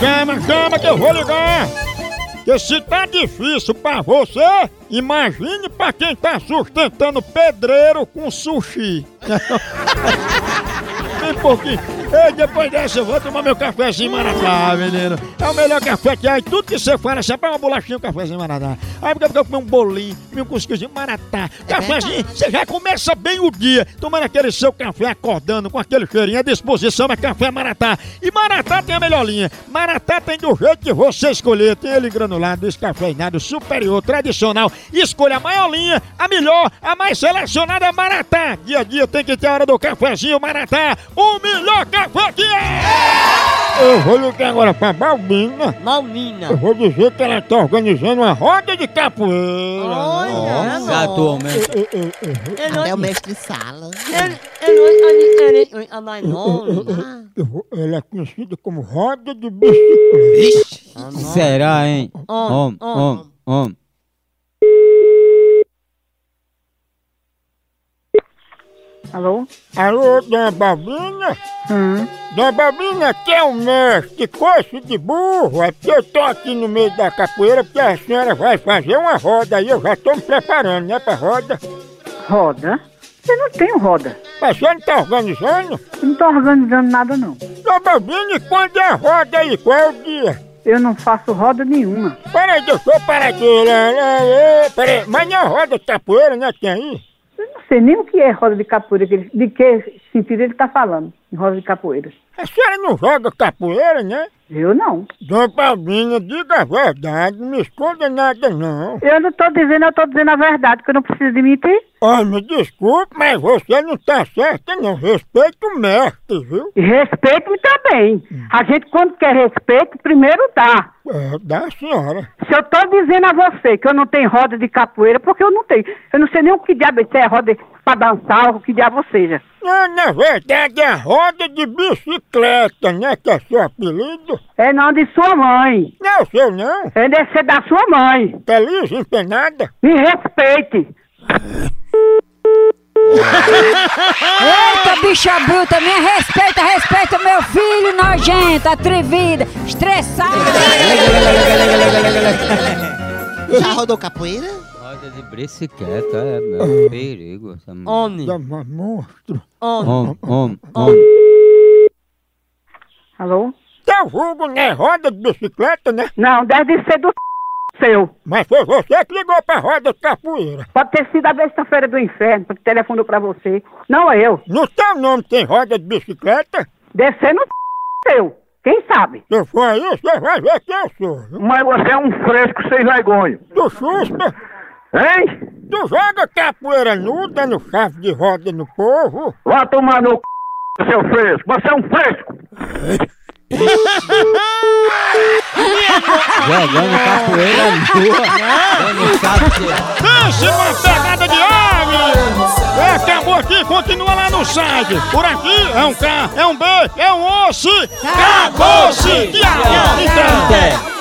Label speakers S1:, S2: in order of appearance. S1: Chama, chama que eu vou ligar! Que se tá difícil pra você, imagine pra quem tá sustentando pedreiro com sushi. Tem pouquinho. Ei, depois dessa eu vou tomar meu cafezinho Maratá, menino. É o melhor café que há. E tudo que você fala, você põe uma bolachinha, um cafezinho Maratá. Aí porque eu comer um bolinho, comi um cuscuzinho Maratá. Cafezinho, você já começa bem o dia, tomando aquele seu café, acordando com aquele cheirinho. A disposição é café Maratá. E Maratá tem a melhor linha. Maratá tem do jeito que você escolher. Tem ele granulado, descafeinado, superior, tradicional. Escolha a maior linha, a melhor, a mais selecionada é Maratá. Dia a dia tem que ter a hora do cafezinho Maratá. O melhor café que é! Eu vou ligar agora pra Balbina.
S2: Malmina.
S3: Uhum.
S1: Eu vou dizer que ela tá organizando uma roda de capoeira. É,
S2: Olha, não.
S3: Atualmente.
S1: Ei, ei, ei, ei,
S2: Eu não-
S3: É o mestre Sala.
S2: eu- eu não- eu não- eu não- eu não- eu não- eu não-
S1: eu vou- Ela é conhecida como roda de bicicleta.
S3: Será, hein?
S2: Homem,
S3: Homem,
S2: homem.
S3: homem, homem.
S4: Alô?
S1: Alô, Dona Babina? Dona Babina, aqui é o mestre coice de burro. É porque eu tô aqui no meio da capoeira porque a senhora vai fazer uma roda aí. Eu já tô me preparando, né, pra roda.
S4: Roda? Eu não tenho roda.
S1: Mas você não tá organizando?
S4: Eu não tô organizando nada, não.
S1: Dona Babina, e quando é a roda aí? Qual é o dia?
S4: Eu não faço roda nenhuma.
S1: Peraí, deixa eu parar aqui. Lá, lá, lá. Peraí, mas não é roda de capoeira, né? Tem aí?
S4: Eu não sei nem o que é roda de capoeira, que ele- de que sentido ele tá falando, em roda de capoeira.
S1: A senhora não joga capoeira, né?
S4: Eu não.
S1: Dona Paulina, diga a verdade, não me esconda nada não.
S4: Eu não tô dizendo, eu tô dizendo a verdade, que eu não preciso de mentir.
S1: Olha, me desculpe, mas você não tá certa não. Respeita o mestre, viu?
S4: E Respeito-me também. A gente, quando quer respeito, primeiro dá.
S1: É, da senhora.
S4: Se eu tô dizendo a você que eu não tenho roda de capoeira, porque eu não tenho. Eu não sei nem o que diabo isso é roda pra dançar, ou o que diabo seja.
S1: Não, na verdade é roda de bicicleta, né? Que é seu apelido.
S4: É não de sua mãe.
S1: Não é o seu não.
S4: É deve ser da sua mãe.
S1: Tá liso, empenada.
S4: Me respeite.
S5: Eita, bicha bruta, me respeita, respeita meu filho nojento, atrevida, estressada.
S3: Já rodou capoeira?
S6: Roda de bicicleta é meu perigo. Essa mulher.
S2: Homem,
S1: Dá uma monstro.
S2: homem.
S3: Homem, homem,
S4: Alô?
S1: Teu vulgo não é roda de bicicleta, né?
S4: Não, deve ser do seu.
S1: Mas foi você que ligou pra roda de capoeira.
S4: Pode ter sido a sexta-feira do inferno, porque telefonou pra você. Não é eu.
S1: No teu nome tem roda de bicicleta?
S4: Deve ser no seu. Quem sabe?
S1: Se for aí, você vai ver quem eu sou. viu?
S4: Mas você é um fresco sem vergonha.
S1: Tu chuspa,
S4: Hein?
S1: tu joga capoeira nuda no chave de roda no povo.
S4: Vá tomar no c... seu fresco. Você é um fresco.
S6: Jogando capoeira nua. Dando cacete.
S1: Pense numa pegada de homem! É, acabou aqui, continua lá no site. Por aqui é um K, é um B, é um osso. Acabou-se! Tchau, tchau, tchau.
S6: Até.